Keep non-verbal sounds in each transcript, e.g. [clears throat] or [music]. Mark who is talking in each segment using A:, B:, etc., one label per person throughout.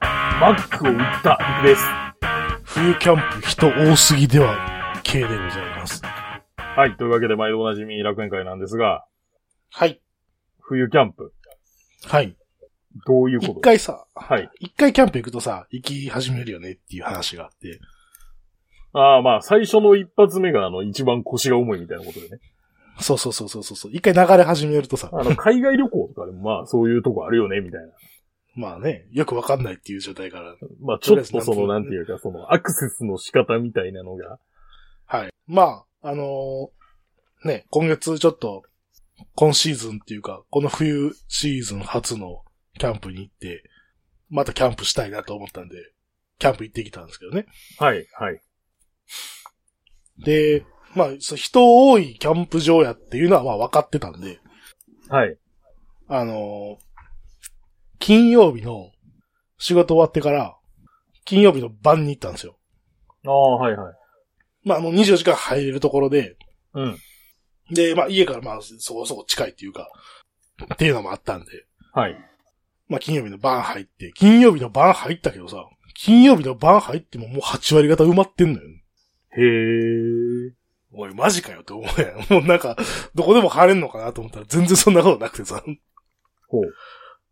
A: バッグを売った僕です。
B: 冬キャンプ人多すぎでは、系でございます。
A: はい。というわけで、毎度おなじみ楽園会なんですが、
B: はい。
A: 冬キャンプ、
B: はい。
A: どういうこ
B: 一
A: と
B: 回さ、
A: はい。
B: 一回キャンプ行くとさ、行き始めるよねっていう話があって。
A: ああ、まあ、最初の一発目が、あの、一番腰が重いみたいなことでね。
B: そうそうそうそうそう。一回流れ始めるとさ、 [laughs]
A: あの、海外旅行とかでも、まあ、そういうとこあるよね、みたいな。
B: まあね、よくわかんないっていう状態から。
A: まあ、ちょっとその、
B: とりあ
A: な
B: えずなん
A: んていうか、その、アクセスの仕方みたいなのが、
B: はい。まあ、あのーね、今月ちょっと、今シーズンっていうか、この冬シーズン初のキャンプに行って、またキャンプしたいなと思ったんで、キャンプ行ってきたんですけどね。
A: はい、はい。
B: で、まあ、そう人多いキャンプ場やっていうのはまあ分かってたんで、
A: はい。
B: あのー金曜日の仕事終わってから、金曜日の晩に行ったんですよ。
A: ああ、はい、はい。
B: まあ、あの、24時間入れるところで、
A: うん。
B: で、まあ、家からまあ、そこそこ近いっていうか、っていうのもあったんで、
A: はい。
B: まあ、金曜日の晩入って、金曜日の晩入ったけどさ、金曜日の晩入ってももう8割方埋まってんのよ。
A: へえ。
B: おい、マジかよって思うやん。もうなんか、どこでも入れんのかなと思ったら全然そんなことなくてさ、
A: ほう。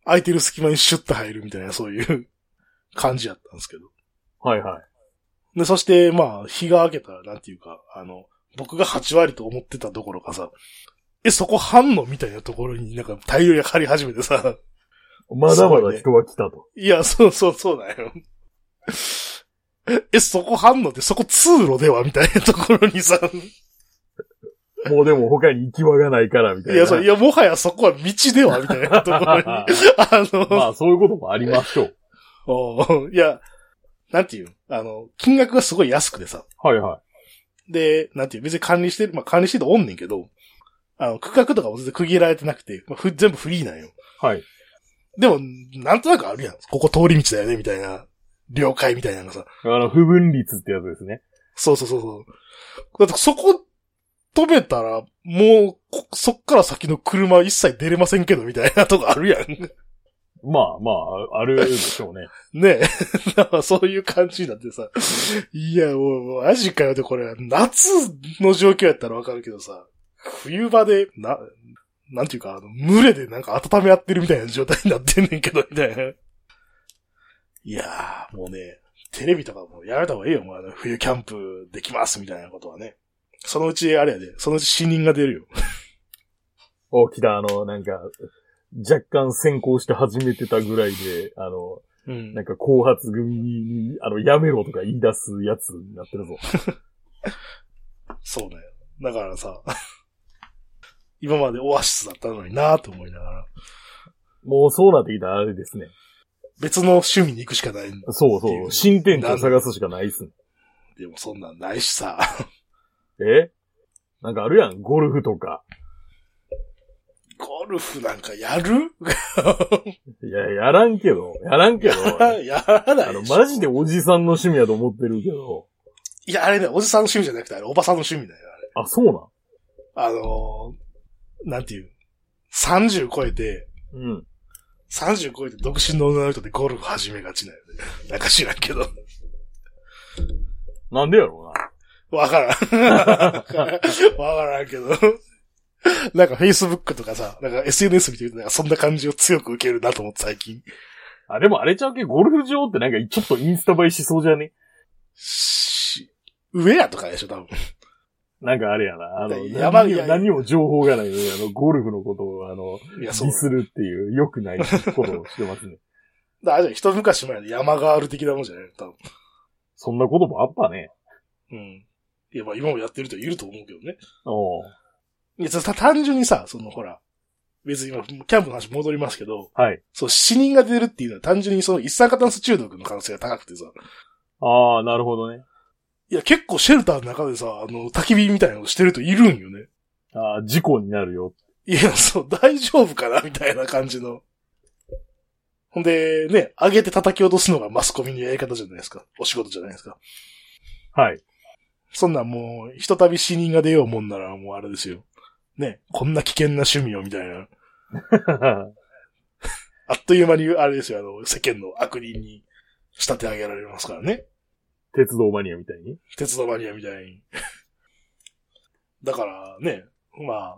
B: 空いてる隙間にシュッと入るみたいな、そういう感じやったんですけど。
A: はい、はい。
B: で、そして、まあ、日が明けたら、なんていうか、あの、僕が8割と思ってたどころかさ、え、そこ反応みたいなところになんか大量に張り始めてさ、 [laughs]
A: まだまだ人は来たと。
B: いや、そうそうそうだよ。え、そこ反応って、そこ通路ではみたいなところにさ、
A: もうでも他に行き場がないから、み
B: い
A: たいな。
B: や、
A: [laughs]
B: そういや、もはやそこは道ではみたいなところに、あの、
A: まあ、そういうこともありましょう。
B: お [laughs] ういや、なんていう、あの、金額がすごい安くてさ、
A: はい、は
B: で、なんていう、別に管理してる、まあ管理してるとおんねんけど、あの、区画とかも全然区切られてなくて、まあ、ふ全部フリーなんよ。
A: い。はい。
B: でも、なんとなくあるやん。ここ通り道だよね、みたいな、了解みたいなのがさ。
A: あの、不分率ってやつですね。
B: そうそうそうそう。だってそこ、止めたら、もうこ、そっから先の車一切出れませんけど、みたいなとこあるやん。
A: まあまあ、あるでし [laughs] ょうね。
B: ねえ。 [laughs] だからそういう感じになってさ。いや、もう、マジかよって、これ、夏の状況やったらわかるけどさ、冬場で、な、なんていうか、あの、群れでなんか温め合ってるみたいな状態になってんねんけど、みたいな。いやー、もうね、テレビとかもやめた方がいいよ、もうあの、冬キャンプできます、みたいなことはね。そのうち、あれやで、そのうち死人が出るよ。
A: お、来た、あの、なんか、若干先行して始めてたぐらいで、あの、
B: うん
A: なんか後発組に、あの、やめろとか言い出すやつになってるぞ。
B: そうだよ。だからさ、 [laughs] 今までオアシスだったのになーと思いながら。
A: もうそうなってきたらあれですね。
B: 別の趣味に行くしかないん
A: そうそう。新店長探すしかないっすね。
B: でもそんなんないしさ。 [laughs]
A: えなんかあるやん。ゴルフとか。
B: ゴルフなんかやる [laughs]
A: いや、やらんけど。やらん [laughs] けど。
B: やらな
A: あ
B: い
A: の、
B: でしょ
A: マジでおじさんの趣味やと思ってるけど。
B: いや、あれね、おじさんの趣味じゃなくて、あれ、おばさんの趣味だよ、
A: あ、そうなん
B: あれ。あのー、なんていう。30超えて、
A: うん。
B: 30超えて独身の女の人でゴルフ始めがちなよね。 [laughs] なんか知らんけど。
A: なんでやろ
B: わからん。 [laughs] わからんけど。 [laughs] なんか Facebook とかさ、なんか SNS 見てるとなんかそんな感じを強く受けるなと思って最近。
A: うな。あ、でもあれちゃうけ、ゴルフ場ってなんかちょっとインスタ映えしそうじゃね
B: し、上やとかでしょ、多分。
A: なんかあれやな。あの、
B: やば
A: 何
B: い
A: に
B: や
A: も
B: ばい
A: 何も情報がないのに、あの、ゴルフのことを、あの、
B: い
A: デ
B: や、そう
A: ィ。スるっていう、良くないことをしてます
B: [laughs]
A: ね。
B: だからあれじゃん一昔前の山ガール的なもんじゃない多分。
A: そんなこともあったね。
B: うん。いや、まあ今もやってる人いると思うけどね。
A: おう
B: いや、た単純にさ、そのほら、別に今、キャンプの話戻りますけど、
A: はい。
B: そう、死人が出るっていうのは単純にその一酸化炭素中毒の可能性が高くてさ、
A: ああ、なるほどね。
B: いや、結構シェルターの中でさ、あの、焚き火みたいなのをしてるといるんよね。
A: ああ、事故になるよ。
B: いや、そう、大丈夫かなみたいな感じの。ほんで、ね、上げて叩き落とすのがマスコミのやり方じゃないですか。お仕事じゃないですか。
A: はい。 [laughs]
B: そんなんもう、ひとたび死人が出ようもんならもうあれですよ。ね、こんな危険な趣味をみたいな。あっという間に、あれですよ、あの、世間の悪人に仕立て上げられますからね。
A: 鉄道マニアみたいに。
B: 鉄道マニアみたいに。だからね、まあ、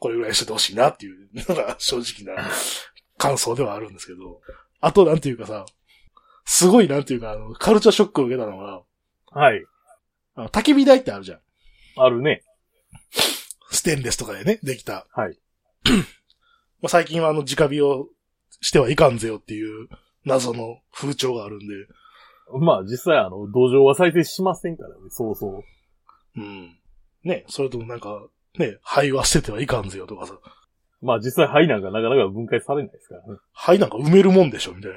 B: これぐらいしててほしいなっていうのが正直な感想ではあるんですけど。あと、なんていうかさ、すごいなんていうか、あの、カルチャーショックを受けたのが、
A: はい。
B: あの焚き火台ってあるじゃん。
A: あるね。
B: ステンレスとかでね、できた。
A: はい。
B: [clears throat] まあ、最近はあの、直火をしてはいかんぜよっていう謎の風潮があるんで、
A: まあ実際あの、土壌は再生しませんからね、そうそう。
B: うん。ね、それともなんか、ね、灰は捨ててはいかんぜよとかさ、
A: まあ実際灰なんかなかなか分解されないですから
B: 灰なんか埋めるもんでしょみたい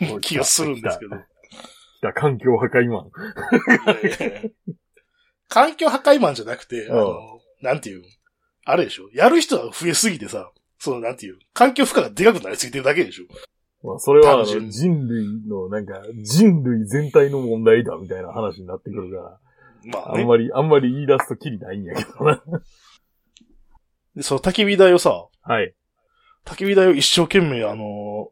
A: ね。
B: な [laughs] 気がするんですけ
A: [laughs]
B: ど。
A: 来た環境破壊マン。
B: 環境破壊マンじゃなくて、あ
A: う
B: の、なんていう、あれでしょやる人が増えすぎてさ、そのなんていう、環境負荷がでかくなりすぎてるだけでしょ
A: まあそれはあの
B: 単純に
A: 人類のなんか人類全体の問題だみたいな話になってくるから、
B: まあ
A: あん
B: ね。
A: まり、あんまり言い出すときりないんやけど
B: [laughs]
A: な。
B: で、その焚き火台をさ、
A: はい。
B: 焚き火台を一生懸命あの、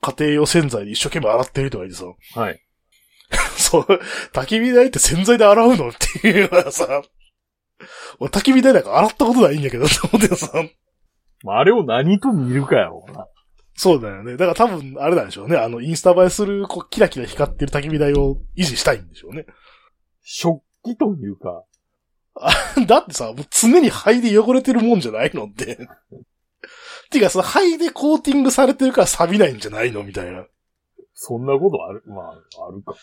B: 家庭用洗剤で一生懸命洗ってる人がいてさ、 [laughs]
A: はい。
B: そう、焚き火台って洗剤で洗うのっていうのはさ、俺焚き火台なんか洗ったことないんやけど、と思ってさ、
A: まああれを何と見るかやろうな。
B: そうだよね。だから多分、あれなんでしょうね。あの、インスタ映えする、こう、キラキラ光ってる焚き火台を維持したいんでしょうね。 [laughs]
A: 食器というか、
B: だってさ、もう常に灰で汚れてるもんじゃないのって。 [laughs] てか、その灰でコーティングされてるから錆びないんじゃないのみたいな。
A: そんなことある、まあ、あるか。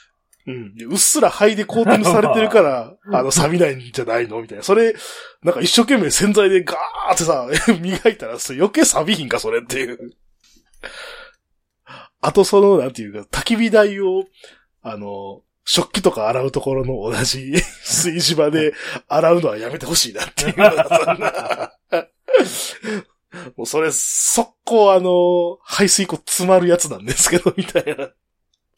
B: うん。でうっすら灰でコーティングされてるから、あの、錆びないんじゃないのみたいな。それ、なんか一生懸命洗剤でガーってさ、 [laughs] 磨いたら、それ余計錆びひんか、それっていう。あと、その、なんていうか、焚き火台を、あの、食器とか洗うところの同じ [laughs] 炊事場で洗うのはやめてほしいなっていうのが。そんな [laughs] もうそれ、速攻あの、排水口詰まるやつなんですけど、みたいな。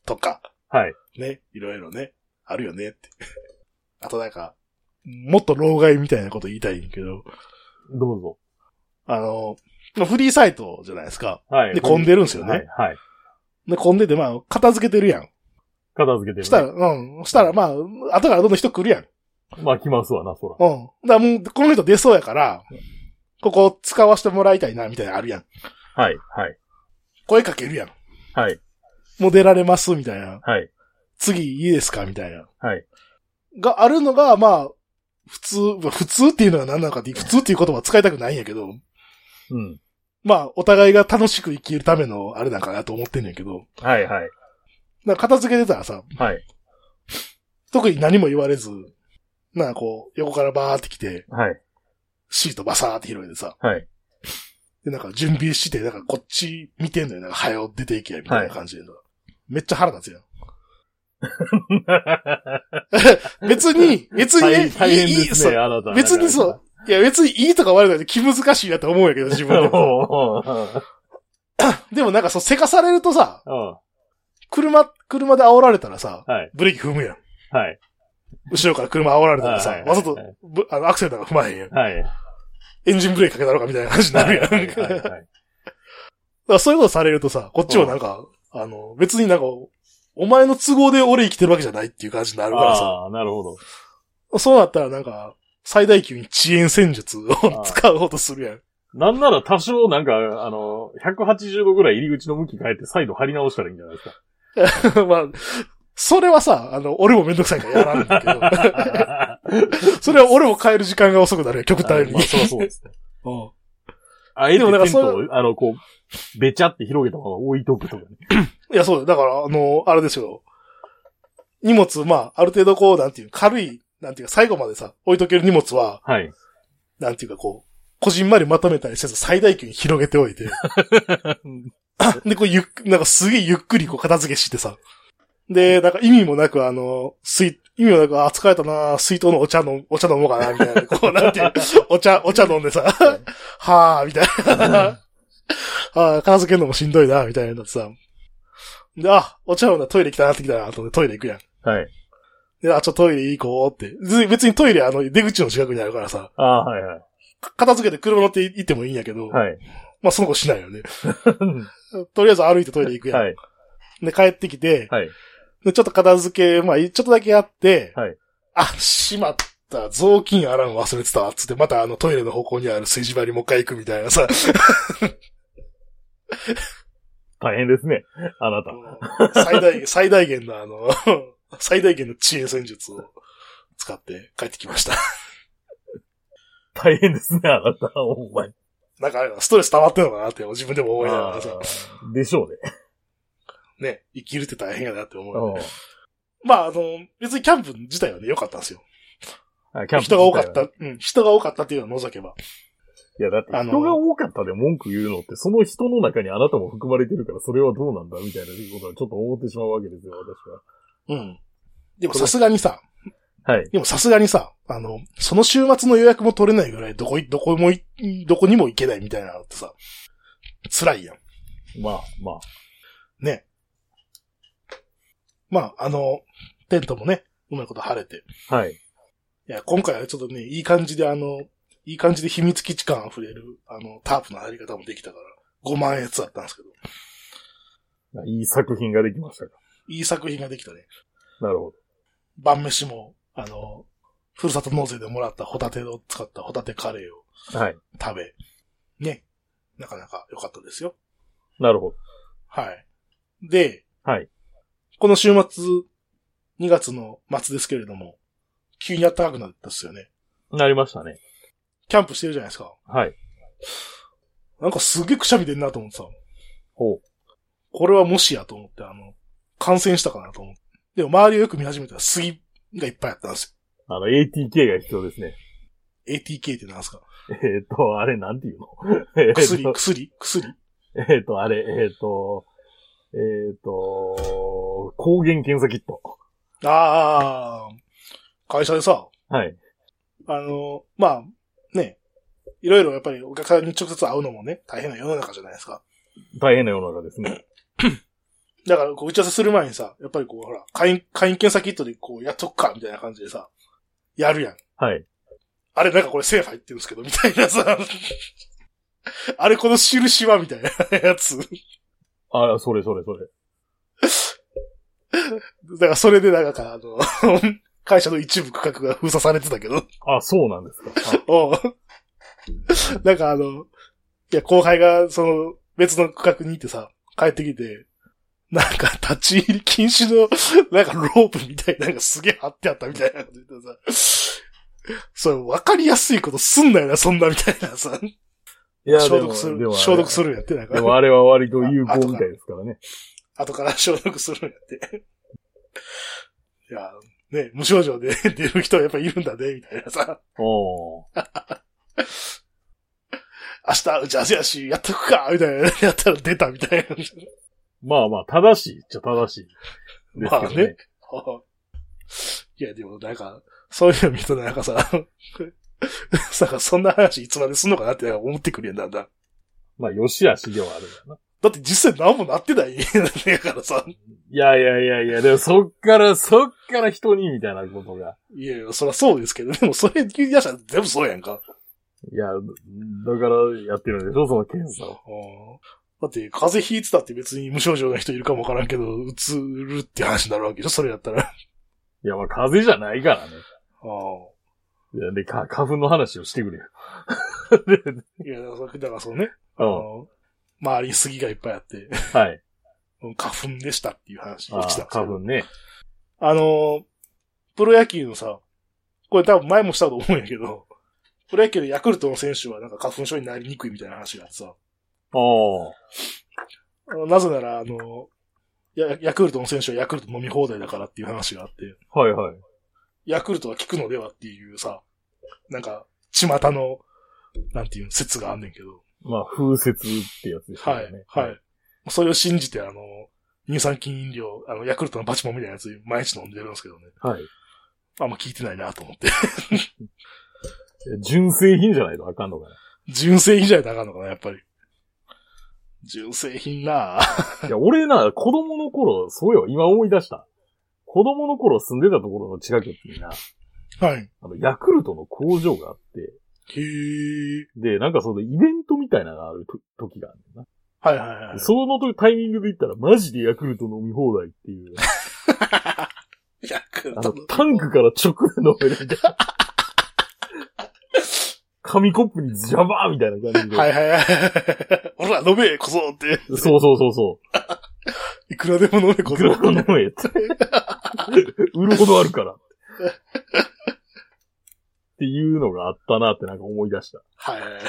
B: とか。
A: はい。
B: ね、いろいろね、あるよねって。 [laughs] あとなんか、もっと老害みたいなこと言いたいんやけど、
A: どうぞ。
B: あの、まあフリーサイトじゃないですか。
A: はい。
B: で、混んでるんですよね。
A: はい。はい。
B: で、混んでて、まあ、片付けてるやん。
A: 片付けてる、ね。
B: したら、うん。したら、まあ、後からどんどん人来るやん。うん。
A: まあ来ますわな、そら。
B: だからもう、この人出そうやから、ここ使わせてもらいたいな、みたいなのあるやん。
A: はい。はい。
B: 声かけるやん。
A: はい。
B: もう出られます、みたいな。
A: はい。
B: 次いいですかみたいな。
A: はい。
B: があるのが、まあ、普通、まあ普通っていうのは何なのかって、普通っていう言葉は使いたくないんやけど、
A: うん。
B: まあ、お互いが楽しく生きるためのあれなんかなと思ってんねんけど、
A: はい。はい。
B: なんか片付けてたらさ、
A: はい。
B: 特に何も言われず、なんかこう、横からバーって来て、
A: はい。
B: シートバサーって広げてさ、
A: はい。
B: で、なんか準備して、なんかこっち見てんのよ、なんか早う出ていけや、みたいな感じで、めっちゃ腹
A: [laughs]
B: 立つやん。別に、別にね、
A: 大大変
B: いい
A: で
B: いい
A: す
B: そう
A: ね、あなた。
B: 別にそう。
A: [laughs]
B: いや、別にいいとか悪いとか気難しいなって思うんやけど、自
A: う [laughs]
B: 分でも。
A: ん。
B: でもなんかそう、せかされるとさ、
A: [laughs] うん。
B: 車、車で煽られたらさ、
A: はい。
B: ブレーキ踏むやん。
A: はい。
B: 後ろから車煽られたらさ、
A: はいはい
B: わざと
A: はい、
B: ぶあの、アクセルなんか踏まへんやん。
A: はい。
B: エンジンブレーキかけたろうかみたいな話になるやん。
A: はい
B: だ
A: はい
B: か
A: はい
B: らそういうことされるとさ、こっちもなんか、あの、別になんか、お前の都合で俺生きてるわけじゃないっていう感じになるからさ、
A: ああ、なるほど。
B: そうなったらなんか、最大級に遅延戦術を使うことするやん。
A: なんなら多少なんか、あの、180度ぐらい入り口の向き変えて再度張り直したらいいんじゃないですか。 [laughs]
B: まあ、それはさ、あの、俺もめんどくさいからやらんだけど、
A: [laughs]
B: それは俺も帰る時間が遅くなるよ、極端に。
A: まあ、そりゃそう [laughs] ですね。
B: うん
A: あえてテ
B: でもなんか
A: ン
B: そう
A: トを、あの、こう、べちゃって広げたまま置いとくとかね。
B: いや、そうだよ。だから、あの、あれですよ。荷物、まあ、ある程度こう、なんていう、軽い、なんていうか、最後までさ、置いとける荷物は、
A: はい。
B: なんていうか、こう、こじんまりまとめたりせず、最大級に広げておいて。で、こう、ゆっく、なんかすげえゆっくり、こう、片付けしてさ。で、なんか意味もなく、あの、水、意味もなく、あ、疲れたな水筒のお茶の、お茶飲もうかな、みたいな。こう、なんていう、お茶、お茶飲んでさ、 [laughs] はぁ、みたいな。あー片付けるのもしんどいな、みたいなってさ。で、あ、お茶飲んだらトイレ来たなってきたな、と思ってトイレ行くやん。
A: はい。
B: で、あ、ちょ、トイレ行こうって。ず別にトイレ、あの、出口の近くにあるからさ、
A: ああ、はいはい。
B: か片付けて車乗って行っ
A: [laughs]
B: てもいいんやけど、
A: はい。
B: [laughs] まあ、その子しないよね。とりあえず歩いてトイレ行くやん。
A: はい。
B: で、帰ってきて、
A: はい。
B: で、ちょっと片付け、まあ、ちょっとだけやって、
A: はい
B: あ、しまった。雑巾洗うの忘れてたわ。つって、またあのトイレの方向にある炊事場にもう一回行くみたいな
A: [laughs]
B: さ。
A: 大変ですね。あなた。
B: 最大、最大限のあの、 [laughs] 最大限の知恵戦術を使って帰ってきました。 [laughs]
A: 大変ですね、あなた。お前。
B: なんかあれだ、ストレス溜まってんのかなって自分でも思いながらさ
A: あ、ーでしょうね。
B: ね、生きるって大変やなって思うよね。
A: うん
B: まあ、あの、別にキャンプ自体はね、良かったんですよ。
A: あキャンプ
B: 人が多かっ
A: い
B: た、うん、人が多かったっていうのを除けば。
A: や、だって
B: あの
A: 人が多かったで文句言うのって、その人の中にあなたも含まれてるから、それはどうなんだみたいなことはちょっと思ってしまうわけですよ、私
B: うん。でもさすがにさ、
A: は。はい。
B: でもさすがにさ、あの、その週末の予約も取れないぐらい、どこい、どこもい、どこにも行けないみたいなのってさ、辛いやん。
A: まあ、まあ。
B: ね。まあ、あの、テントもね、うまいこと晴れて。
A: はい。
B: いや、今回はちょっとね、いい感じであの、いい感じで秘密基地感溢れる、あの、タープの張り方もできたから、5万円やつだったんですけど、
A: いい作品ができましたか。
B: いい作品ができたね。
A: なるほど。
B: 晩飯も、あの、ふるさと納税でもらったホタテを使ったホタテカレーを
A: はい。
B: 食べ、ね。なかなか良かったですよ。
A: なるほど。
B: はい。で、
A: はい。
B: この週末、2月の末ですけれども、急に暖かくなったっすよね。
A: なりましたね。
B: キャンプしてるじゃないですか。
A: はい。
B: なんかすげえくしゃみ出んなと思ってさ、
A: ほう。
B: これはもしやと思って、あの、感染したかなと思って。でも周りをよく見始めたら杉がいっぱいあったんです
A: あの、ATK が必要ですね。
B: よ。ATK ってなんですか
A: えーっと、あれ、なんていうの [laughs] えーっと
B: 薬、薬、薬。
A: えっ、と、あれ、えっ、と、えっ、と、抗原検査キット。
B: ああ、会社でさ、
A: はい。
B: あの、まあ、ね、いろいろやっぱりお客さんに直接会うのもね、大変な世の中じゃないですか。
A: 大変な世の中ですね。
B: だから、こう、打ち合わせする前にさ、やっぱりこう、ほら、会員、会員検査キットでこう、やっとくか、みたいな感じでさ、やるやん。
A: はい。
B: あれ、なんかこれセーフ入ってるんですけど、みたいなさ、 [laughs] あれ、この印は、みたいなやつ。だ
A: あ、それそれそれ。
B: から、それでなんか、あの、 [laughs] 会社の一部区画が封鎖されてたけど、
A: あ、そうなんですか。
B: おうなんかあの、いや、後輩が、その、別の区画に行ってさ、帰ってきて、なんか、立ち入り禁止の、なんかロープみたいな、なんかすげえ貼ってあったみたいなこと言ってさ、それ、わかりやすいことすんなよな、そんなみたいなさ、
A: いや
B: 消毒する、消毒す
A: る。
B: るんやって、なん
A: で
B: か、
A: もあれは割と有効みたいですからね。
B: 後から消毒するんやって。いや、ね、無症状で出る人はやっぱいるんだね、みたいなさ、
A: おー
B: 明日、打ち合わせやし、やっとくか、みたいな、やったら出た、みたいな。
A: まあまあ、正しいっちゃ正しい。です
B: まあ
A: けど
B: ね。。 [laughs] いや、でもなんか、そういうの見るとなんかさ、 [laughs] なんかそんな話いつまですんのかなって思ってくるやんだんだん。
A: まあ、よしあしではあるかな。
B: だって実際何もなってない [laughs] だからさ、
A: いやいやいやいや、でもそっから、そっから人にみたいなことが。
B: いやいや、そりゃそうですけど、でもそれ言い出したら全部そうやんか。
A: いや、だからやってるんでしょ、その検査を。
B: うんだって風邪ひいてたって別に無症状な人いるかもわからんけど、うつるって話になるわけでしょ、それやったら。
A: いや、まあ、風邪じゃないからね。
B: う
A: いや、で、か、花粉の話をしてくれよ。
B: んいや、だからだからそうね、
A: う
B: あの周りに杉がいっぱいあって、
A: ん。はい。
B: 花粉でしたっていう話
A: あ
B: を
A: ー
B: してたんですけど
A: 花粉ね。
B: あの、プロ野球のさ、これ多分前もしたと思うんやけど、 [laughs] プロ野球でヤクルトの選手はなんか花粉症になりにくいみたいな話があってさ、
A: おー
B: あのなぜならあの、やヤクルトの選手はヤクルト飲み放題だからっていう話があって、
A: はいはい。
B: ヤクルトは効くのではっていうさ、なんか、巷の、なんていう説があんねんけど、
A: まあ、風雪ってやつですよ
B: は
A: ね
B: い。、はい。。それを信じてあの、乳酸菌飲料、あの、ヤクルトのバチモンみたいなやつ毎日飲んでるんですけどね、
A: はい。
B: あんま効いてないなと思って。
A: 純正品じゃないとあかんのか
B: 純正品じゃなあかんのかな、やっぱり。純正品なあ
A: な。いや、俺な、子供の頃、そうよ、今思い出した。子供の頃住んでたところの近くにな、
B: はい。
A: あの、ヤクルトの工場があって、
B: へえ。
A: で、なんかそのイベントみたいなのがあると時があるんだな。
B: はいはいはい。
A: そのタイミングで言ったらマジでヤクルト飲み放題っていう。
B: ヤクル
A: あ
B: ト
A: の
B: の、
A: タンクから直で飲めるみたい
B: [laughs]
A: な。紙コップにジャバーみたいな感じで。
B: はいはいはい。俺ら飲めえこそって、
A: そうそうそうそ
B: いくらでも飲めこ
A: う。
B: そ
A: グ。ラ飲めって。売るほどあるから。っていうのがあったなってなんか思い出した。
B: はいはいはい。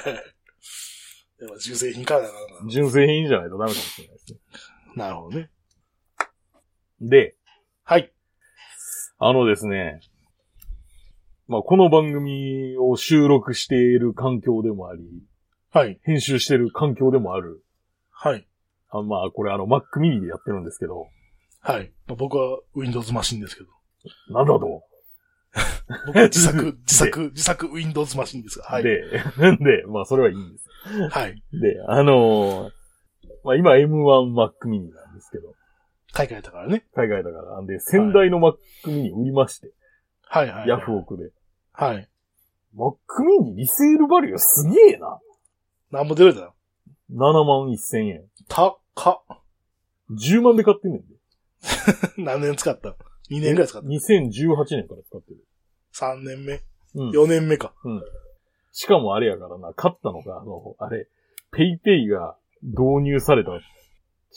B: でも、純正品からだから
A: 純正品じゃないとダメかもしれないですね。
B: な。なるほどね。
A: で、
B: はい。
A: あのですね、まあ、この番組を収録している環境でもあり、
B: はい。
A: 編集している環境でもある、
B: はい。
A: あまあ、これあの、Mac mini でやってるんですけど、
B: はい。まあ、僕は Windows マシンですけど。
A: なんだと。
B: 僕は自作、自作、自作 Windows マシンですが。はい。
A: で、で、まあそれはいいんです。
B: はい。
A: で、あのーまあ今 M1Mac mini なんですけど、
B: 買い替えたからね。
A: 海外だから、で、先代の Mac mini 売りまして、
B: はいはい、はい。
A: ヤフオクで。
B: はい。
A: Mac mini リセールバリューすげえな。
B: なんぼ出るだよ。
A: 7万1000円。
B: た、か。
A: 10万で買ってんねんで。
B: 何年使った ?2 年ぐらい使っ
A: ?2018 年から使ってる。
B: た。3年目。
A: うん。
B: 4年目か。
A: しかもあれやからな、買ったのが、あの、あれ、ペイペイが導入された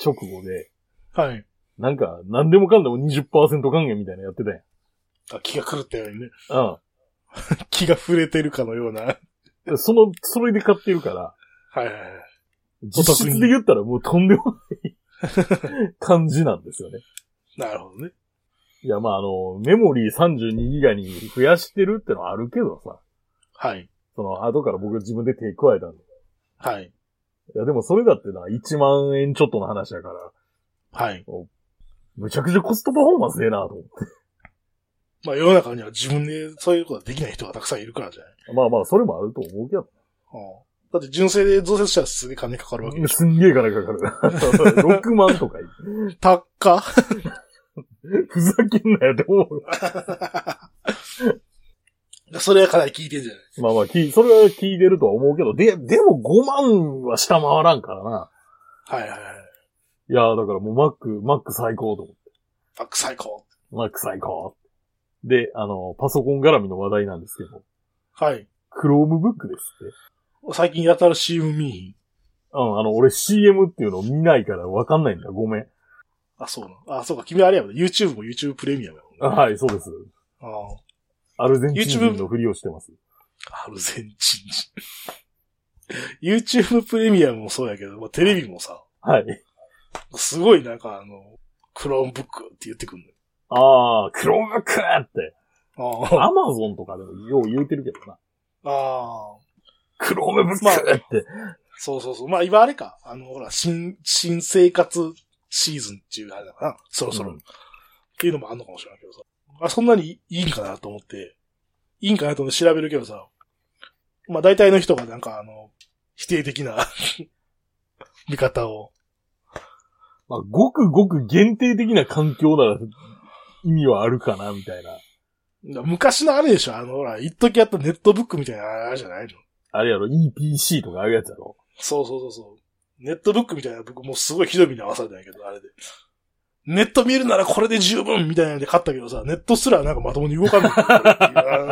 A: 直後で、
B: はい。
A: なんか、何でもかんでも20%還元みたいなのやってたやん。
B: あ気が狂ったようにね。
A: うん。
B: 気が触れてるかのような。はい
A: その、それで買ってるから、
B: はいはい。
A: 実質で言ったらもうとんでもない [laughs] 感じなんですよね。
B: なるほどね。
A: いや、まあ、あの、メモリー32ギガに増やしてるってのはあるけどさ、
B: はい。
A: その、後から僕自分で手加えたんで。
B: はい。
A: いや、でもそれだってな、1万円ちょっとの話やから、
B: はい。
A: むちゃくちゃコストパフォーマンスええなと思って。
B: まあ世の中には自分でそういうことができない人がたくさんいるからじゃない。
A: まあまあ、それもあると思うけど。
B: うん、だって純正で増設したらすげえ金かかるわけでし
A: すんげえ金かかる。6万とか言って
B: ょ。たっか
A: ふざけんなよって思う。
B: それはかなり効いてんじゃない
A: まあまあ、きそれは聞いてるとは思うけど、で、でも5万は下回らんからな。
B: はいはいはい。
A: いやー、だからもう Mac、Mac 最高と
B: バック最高。
A: 思って。Mac 最高。で、あの、パソコン絡みの話題なんですけど、
B: はい。
A: Chromebook ですって。
B: 最近やたら CM 見えひん。
A: うん、あの、俺 CM っていうの見ないからわかんないんだ。ごめん。
B: あ、そうな。あ、そうか。君あれやもんね。YouTube も YouTube プレミアムやもんね。
A: あはい、そうです。
B: あ
A: アルゼンチン人のふりをしてます。
B: あ。アルゼンチン人。YouTube プレミアムもそうやけど、まあ、テレビもさ、
A: はい。
B: すごいなんかあの、クローンブックって言ってくんのよ。
A: あー、Chromebook って。
B: ああ。
A: Amazon とかでもよう言うてるけどな。
B: ああ。
A: Chromebook って。
B: まあそうそうそう。まあ今あれか。あの、ほら、新、新生活シーズンっていうあれだからな。そろそろ。
A: うん
B: っていうのもあんのかもしれないけどさ。あ、そんなにいいんかなと思って、いいんかなと思って調べるけどさ。まあ大体の人がなんかあの、否定的な [laughs] 見方を。
A: まあ、ごくごく限定的な環境なら意味はあるかな、みたいな。
B: 昔のあれでしょあの、ほら、一時やったネットブックみたいなあれじゃないの
A: あれやろ、EPC とかあるやつやろ。
B: そうそうそうそう。ネットブックみたいな、僕もうすごいひどい目に合わされたんやけど、あれで。ネット見るならこれで十分みたいなんで買ったけどさ、ネットすらなんかまともに動かんの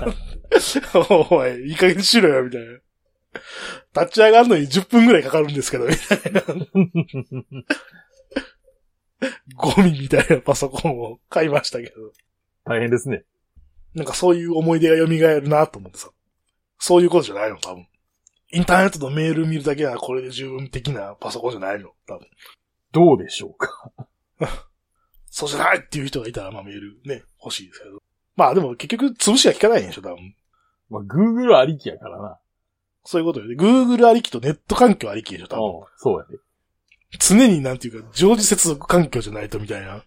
B: よおい、いい加減にしろよ、みたいな。立ち上がるのに10分くらいかかるんですけど、みたいな。ゴミみたいなパソコンを買いましたけど。
A: 大変ですね。
B: なんかそういう思い出が蘇るなと思ってさ。そういうことじゃないの、多分。インターネットのメール見るだけならこれで十分的なパソコンじゃないの、多分。
A: どうでしょうか。
B: そうじゃないっていう人がいたら、まあメールね、欲しいですけど。まあでも結局潰しが効かないんでしょ、多分。
A: まあ、Google ありきやからな。
B: そういうことよね。Google ありきとネット環境ありきでしょ、多分。
A: うん、そうやね。
B: 常になんていうか、常時接続環境じゃないとみたいな。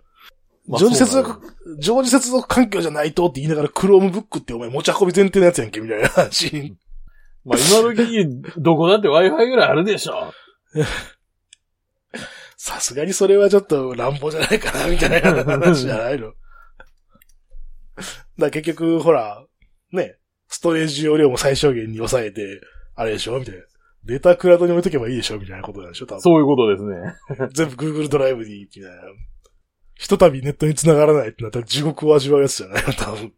A: まあ
B: 常時接
A: そうだ
B: 続、常時接続環境じゃないとって言いながら Chromebook ってお前持ち運び前提のやつやんけ、みたいな話。
A: まあ、今時、どこだって Wi-Fi ぐらいあるでしょ。
B: さすがにそれはちょっと乱暴じゃないかな、みたいな話じゃないの。だから結局、ほら、ね、ストレージ容量も最小限に抑えて、あれでしょみたいな。データクラウドに置いとけばいいでしょみたいなことなんでしょ
A: [laughs]
B: 多分。
A: そういうことですね。
B: 全部 Google ドライブに、みたいな。ひとたびネットに繋がらないってなったら地獄を味わうやつじゃないの多分。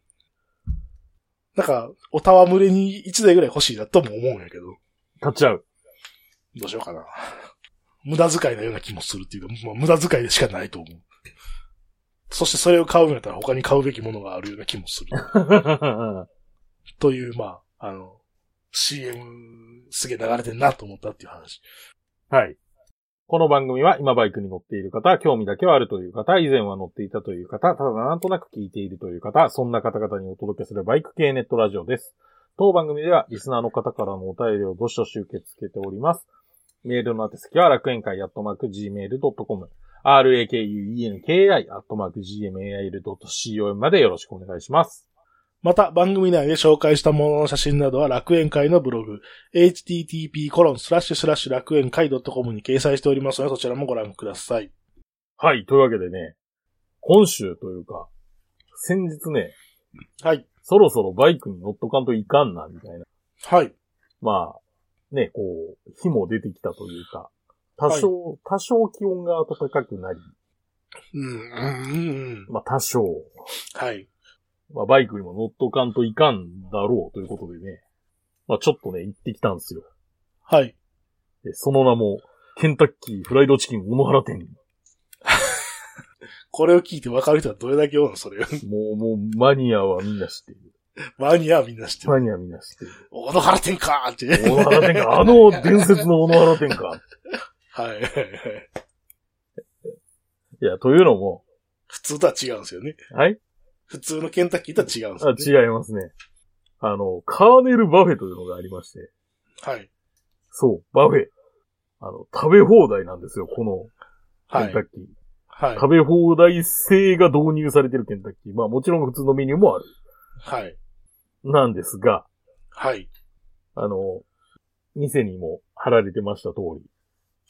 B: なんか、おたわむれに1台ぐらい欲しいなとも思うんやけど。
A: 買っちゃう。 [laughs]
B: どうしようかな。無駄遣いなような気もするっていうか、まあ、無駄遣いでしかないと思う。そしてそれを買うんやったら他に買うべきものがあるような気もする。という、まあ、あの、CM すげえ流れてんなと思ったっていう話。
A: はい。この番組は今バイクに乗っている方、興味だけはあるという方、以前は乗っていたという方、ただなんとなく聞いているという方、そんな方々にお届けするバイク系ネットラジオです。当番組ではリスナーの方からのお便りをどしどし受け付けております。メールの宛先は楽園会アットマーク gmail.com、rakuenki アットマーク gmail.com までよろしくお願いします。
B: また、番組内で紹介したものの写真などは楽園会のブログ、http:// 楽園会 .com に掲載しておりますので、そちらもご覧ください。
A: はい、というわけでね、今週というか、先日ね、
B: はい。
A: そろそろバイクに乗っとかんといかんな、みたいな。
B: はい。
A: まあ、ね、こう、火も出てきたというか、多少、多少気温が暖かくなり、
B: うん、うん、うんうん。
A: まあ多少、
B: はい。
A: まあバイクにも乗っとかんといかんだろうということでね、まあちょっとね、行ってきたんですよ。
B: はい。
A: でその名も、ケンタッキーフライドチキン小野原店。
B: これを聞いて分かる人はどれだけ多いのそれ。
A: もう、もう、マニアはみんな知っている。
B: マニアはみんな知ってる。
A: マニアはみんな知っている。
B: 小野原店かーって。
A: 小野原店か、あの伝説の小野原店か。
B: はいはいはい。
A: いや、というのも、
B: 普通とは違うんですよね。
A: はい
B: 普通のケンタッキーとは違うんです
A: あ
B: よ、
A: 違い
B: ね。
A: ますね。あの、カーネルバフェというのがありまして、
B: はい。
A: そう、バフェ。あの、食べ放題なんですよ、この
B: は
A: ケン
B: い
A: タッ。キー。
B: はい。
A: 食べ放題制が導入されてるケンタッキー。まあもちろん普通のメニューもある。
B: はい。
A: なんですが、
B: はい。
A: あの、店にも貼られてました通り、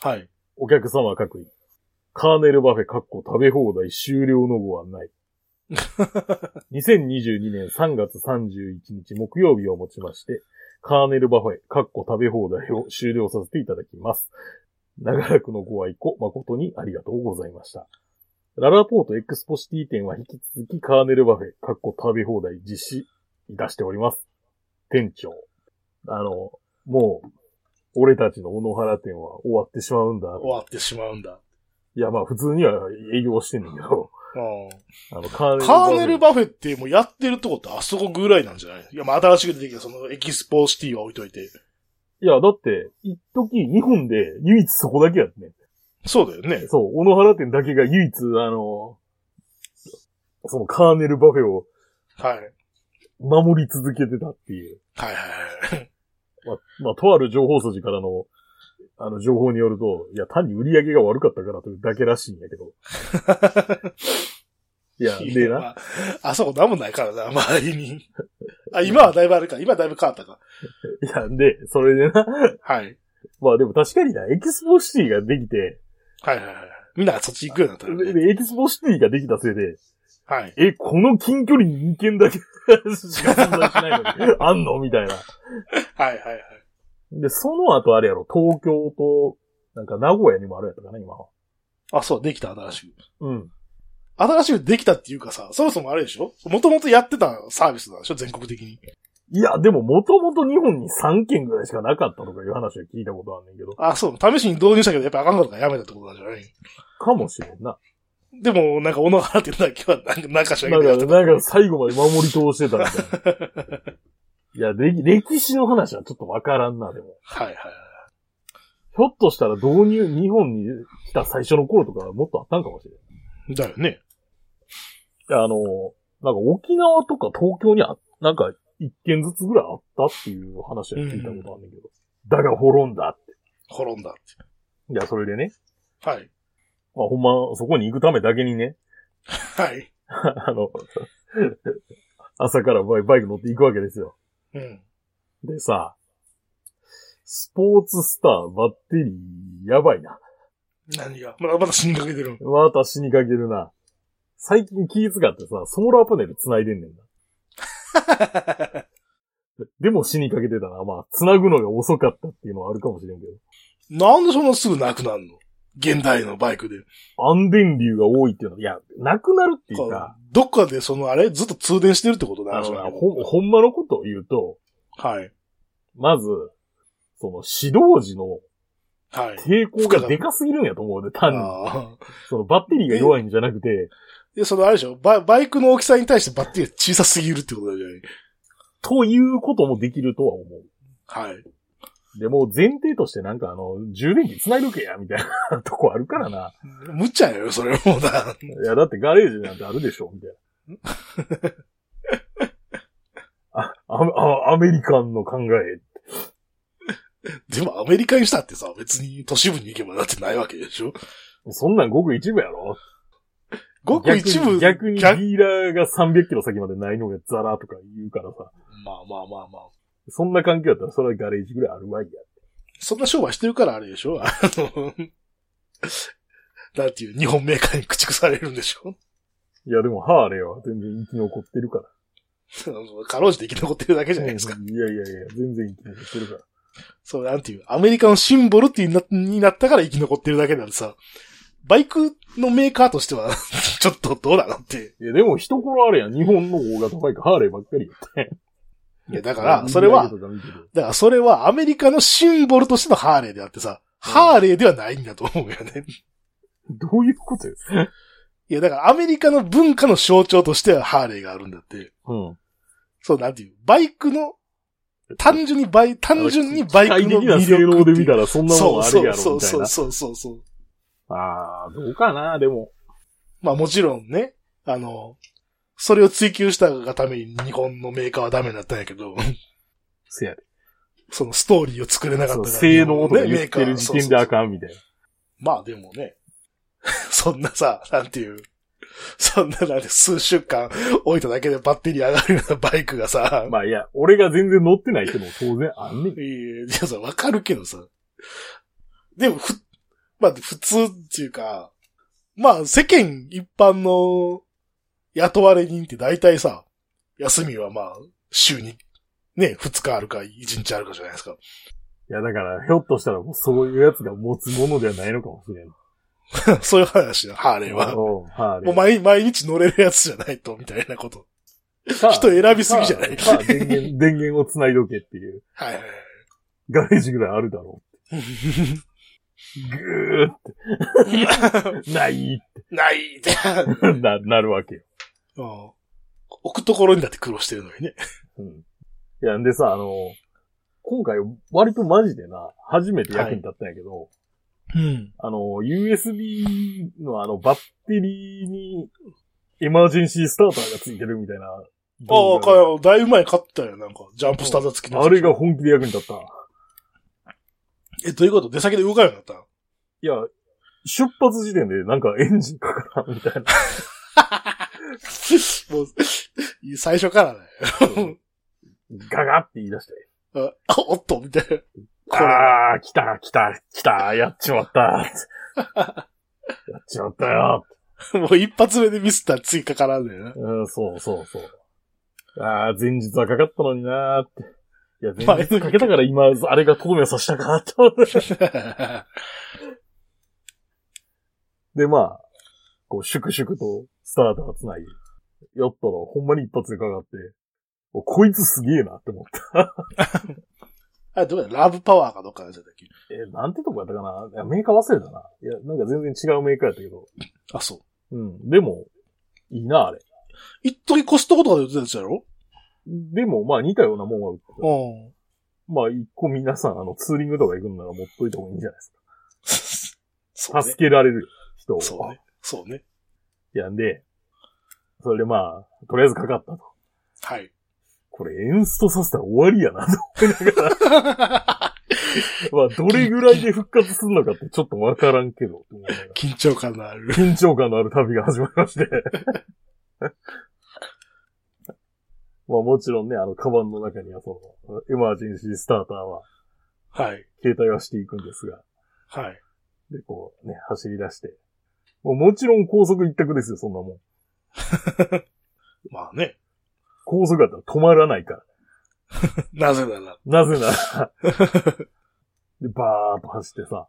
B: はい。
A: お客様各位、カーネルバフェかっこ食べ放題終了の後はない。2022年3月31日木曜日をもちまして、カーネルバフェ、かっこ食べ放題を終了させていただきます。長らくのご愛顧、誠にありがとうございました。ララポートエクスポシティ店は引き続きカーネルバフェ、かっこ食べ放題実施いたしております。店長。あの、もう、俺たちの小野原店は終わってしまうんだ。
B: 終わってしまうんだ。
A: いや、まあ普通には営業してんねんけど、
B: [laughs] うん
A: あの、カーネル
B: カーネル
A: バ
B: バフェってもうやってるとこってあそこぐらいなんじゃないいや、まあ新しく出てきたそのエキスポシティは置いといて。
A: フェ。いや、だって、一時日本で唯一そこだけやってね。
B: そうだよね。
A: そう、小野原店だけが唯一、あの、そのカーネルバフェを
B: はい。
A: 守り続けてたっていう。
B: はいはいはい。
A: まあ、まあ、とある情報筋からの、あの、情報によると、いや、単に売り上げが悪かったからというだけらしいんやけ
B: [laughs]
A: ど。いや、で
B: ま
A: な。
B: あ。あそこなんもないからな、周りに。あ、今はだいぶあるか。今はだいぶ変わったか。
A: いや、で、それでな。
B: はい。
A: まあでも確かにな、エキスポシティができて、
B: はいはいはい。みんなそっち行くようになったから
A: で
B: ね。
A: でエキスポシティができたせいで、
B: はい。
A: え、この近距離に2件 [laughs] だけしか存在しないのに、あんのみたいな。
B: はいはいはい。
A: で、その後あれやろ、東京と、なんか名古屋にもあるやったかな、今は。
B: あ、そう、できた、新しく。
A: うん。
B: 新しくできたっていうかさ、そもそもあれでしょもともとやってたサービスなんでしょ全国的に。
A: いや、でももともと日本に3件ぐらいしかなかったとかいう話を聞いたことあんねんけど。
B: あ、そう、試しに導入したけど、やっぱあかんことからやめたってことなんじゃない
A: かもしれんな。
B: でも、なんか、小野原ってだけは、なんか、なんかし
A: [laughs]
B: ら
A: なん
B: けどやって
A: か、
B: た。
A: なんか最後まで守り通してたみたいな。 [laughs] いや、歴歴史の話はちょっとわからんな、でも。
B: はいはい。
A: ひょっとしたら導入、日本に来た最初の頃とかもっとあったんかもしれん。
B: だよね。
A: あの、なんか沖縄とか東京にあ、なんか一軒ずつぐらいあったっていう話は聞いたことあるんだけど。だが滅んだって。
B: 滅んだっ
A: いや、それでね。
B: て。はい。
A: まあほんま、そこに行くためだけにね、 [laughs]
B: はい。
A: あの、 [laughs] 朝からバイバイク乗って行くわけですよ。
B: うん。
A: でさ、スポーツスターバッテリーやばいな。
B: 何がまだまだ死にかけてる。
A: また死にかけるな。最近気遣ってさ、ソーラーパネル繋いでんねんな。でも死にかけてたな。まあ、繋ぐのが遅かったっていうのはあるかもしれんけど。
B: [laughs] なんでそんなすぐなくなるの現代のバイクで。
A: 安電流が多いっていうのは、いや、なくなるっていうか、
B: どっかでそのあれずっと通電してるってことな
A: あ
B: んで
A: の
B: すよ
A: な
B: ね。
A: ほん、ほんまのことを言うと、
B: はい。
A: まず、その指導時の
B: はい。
A: 抵抗がでかすぎるんやと思うね、単に。
B: ああ
A: そのバッテリーが弱いんじゃなくて、
B: で、そのあれでしょババイクの大きさに対してバッテリーが小さすぎるってことだじゃない
A: ということもできるとは思う。
B: はい。
A: でも、前提としてなんかあの、充電器繋いどけや、みたいなとこあるからな。
B: むっちゃやよ、それもうだ。
A: いや、だってガレージなんてあるでしょ、みたいな。
B: [laughs]
A: あ、アメあアメリカンの考え。
B: でもアメリカにしたってさ、別に都市部に行けばなってないわけでしょ
A: そんなんごく一部やろ
B: ごく一部。
A: 逆に逆
B: 逆
A: にディーラーが300キロ先までないのがザラとか言うからさ。
B: まあまあまあまあ。
A: そんな環境やったらそれはガレージぐらいあるわいや。
B: そんな商売してるからあれでしょあの、なんていう、日本メーカーに駆逐されるんでしょ
A: いや、でもハーレーは全然生き残ってるから。
B: かろうじて生き残ってるだけじゃないですか。
A: いやいやいや、全然生き残ってるから。
B: そう、なんていう、アメリカのシンボルっていうなになったから生き残ってるだけなんでさ、バイクのメーカーとしては、ちょっとどうなのって。
A: いや、でも一頃あれやん。日本の大型バイク、ハーレーばっかりやって。
B: いや、だから、それは、だからそれはアメリカのシンボルとしてのハーレーであってさ、ハーレーではないんだと思うよね。
A: どういうことや
B: いや、だからアメリカの文化の象徴としてはハーレーがあるんだって。
A: うん。
B: そう、なんていう、バイクの、単純にバイ、単純にバイク
A: 機械
B: の
A: 的な
B: 魅
A: 性
B: 力
A: 能
B: って
A: で
B: いう
A: 見たらそんなも
B: そ
A: ん
B: う
A: あるや
B: そ
A: ろ、
B: う
A: みたい
B: そ
A: な
B: う。そうそうそう。
A: あー、どうかな、でも。
B: まあもちろんね、あの、それを追求したがために日本のメーカーはダメになったんやけど、
A: せやで。
B: そのストーリーを作れなかった
A: そう
B: から
A: 性能とか
B: 日本の
A: 言
B: ね
A: ってる時点で
B: メーカーはそうそう
A: あかんみたいな。
B: まあでもね、 [laughs] そんなさ、なんていう、そんななんて数週間置いただけでバッテリー上がるようなバイクがさ、
A: まあいや、俺が全然乗ってない人も当然あんねん。
B: いやいや、さ、わかるけどさ。でも、ふ、まあ、普通っていうか、まあ、世間一般の雇われ人って大体さ、休みはまあ、週に、ね、二日あるか、一日あるかじゃないですか。 [laughs]
A: いや、だから、ひょっとしたらもうそういうやつが持つものではないのかもしれん。
B: そういう話だ、ハーレーは。も
A: うんハーレー。
B: う毎毎日乗れるやつじゃないと、みたいなこと。
A: 人
B: 人選びすぎじゃない
A: さあ、さあ電
B: [laughs]
A: 源、電源を繋いどけっていう。
B: はいはい
A: ガレージぐらいあるだろう。ぐーっ
B: はい。 [laughs]
A: て、ない
B: ないって。
A: ってな、なるわけよ。
B: うん置くところにだって苦労してるのにね。
A: うん。いや、んでさ、あの、今回割とマジでな、初めて役に立ったんやけど、
B: うん。
A: あの、USB のあの、バッテリーに、エマージェンシースターターがついてるみたいな
B: あ
A: 動
B: あ、
A: 画
B: か
A: が。
B: よ、だいぶ前買ったよ、なんか。ジャンプスターター付きのやつ。
A: あれが本気で役に立った。
B: え、どういうこと出先で動かなくなったの
A: いや、出発時点でなんかエンジンかからんみたいな。
B: もう、 [laughs] 最初からね。
A: ガガって言い出して。
B: あ、おっと、みたいな。これ
A: ああ、来た、来た、来た、やっちまった。やっちまったよ。
B: もう一発目でミスったら次かからんだよな。
A: うん、そうそうそう。ああ、前日はかかったのになーって。いや、前日かけたから今、あれがとどめを刺したかって思って。で、まあ、こう、粛々とスターターつないで。やったら、ほんまに一発でかかって、おこいつすげえなって思った。
B: [laughs] あ、どうやラブパワーかどっかでしたっけ
A: え、なんてとこやったかないや、メーカー忘れたな。いや、なんか全然違うメーカーやったけど。
B: あ、そう。
A: うん。でも、いいな、あれ。
B: 一時コストコとかで売ってたやつやろ
A: でも、まあ似たようなもんは売ってた
B: うん。 [laughs]
A: まあ一個皆さん、あの、ツーリングとか行くんなら持っといた方がいいんじゃないです
B: そ
A: か。
B: うね
A: 助。けられる人を。
B: そうね。そうね。
A: いやんで、それでまあ、とりあえずかかったと。
B: はい。 [laughs]
A: これエンストさせたら終わりやな、と思いながら。まあ、どれぐらいで復活するのかってちょっとわからんけど、と思いながら
B: 緊張感のある。
A: 緊張感のある旅が始まりまして。 [laughs] まあもちろんね、あの、カバンの中にはその、エマージェンシースターターは、
B: はい。
A: 携帯はしていくんですが、
B: はい。
A: で、こうね、走り出して。もうもちろん高速一択ですよ、そんなもん。
B: まあね。
A: 高速だったら止まらないから。
B: [laughs] なぜなら。
A: なぜならで、バーっと走ってさ。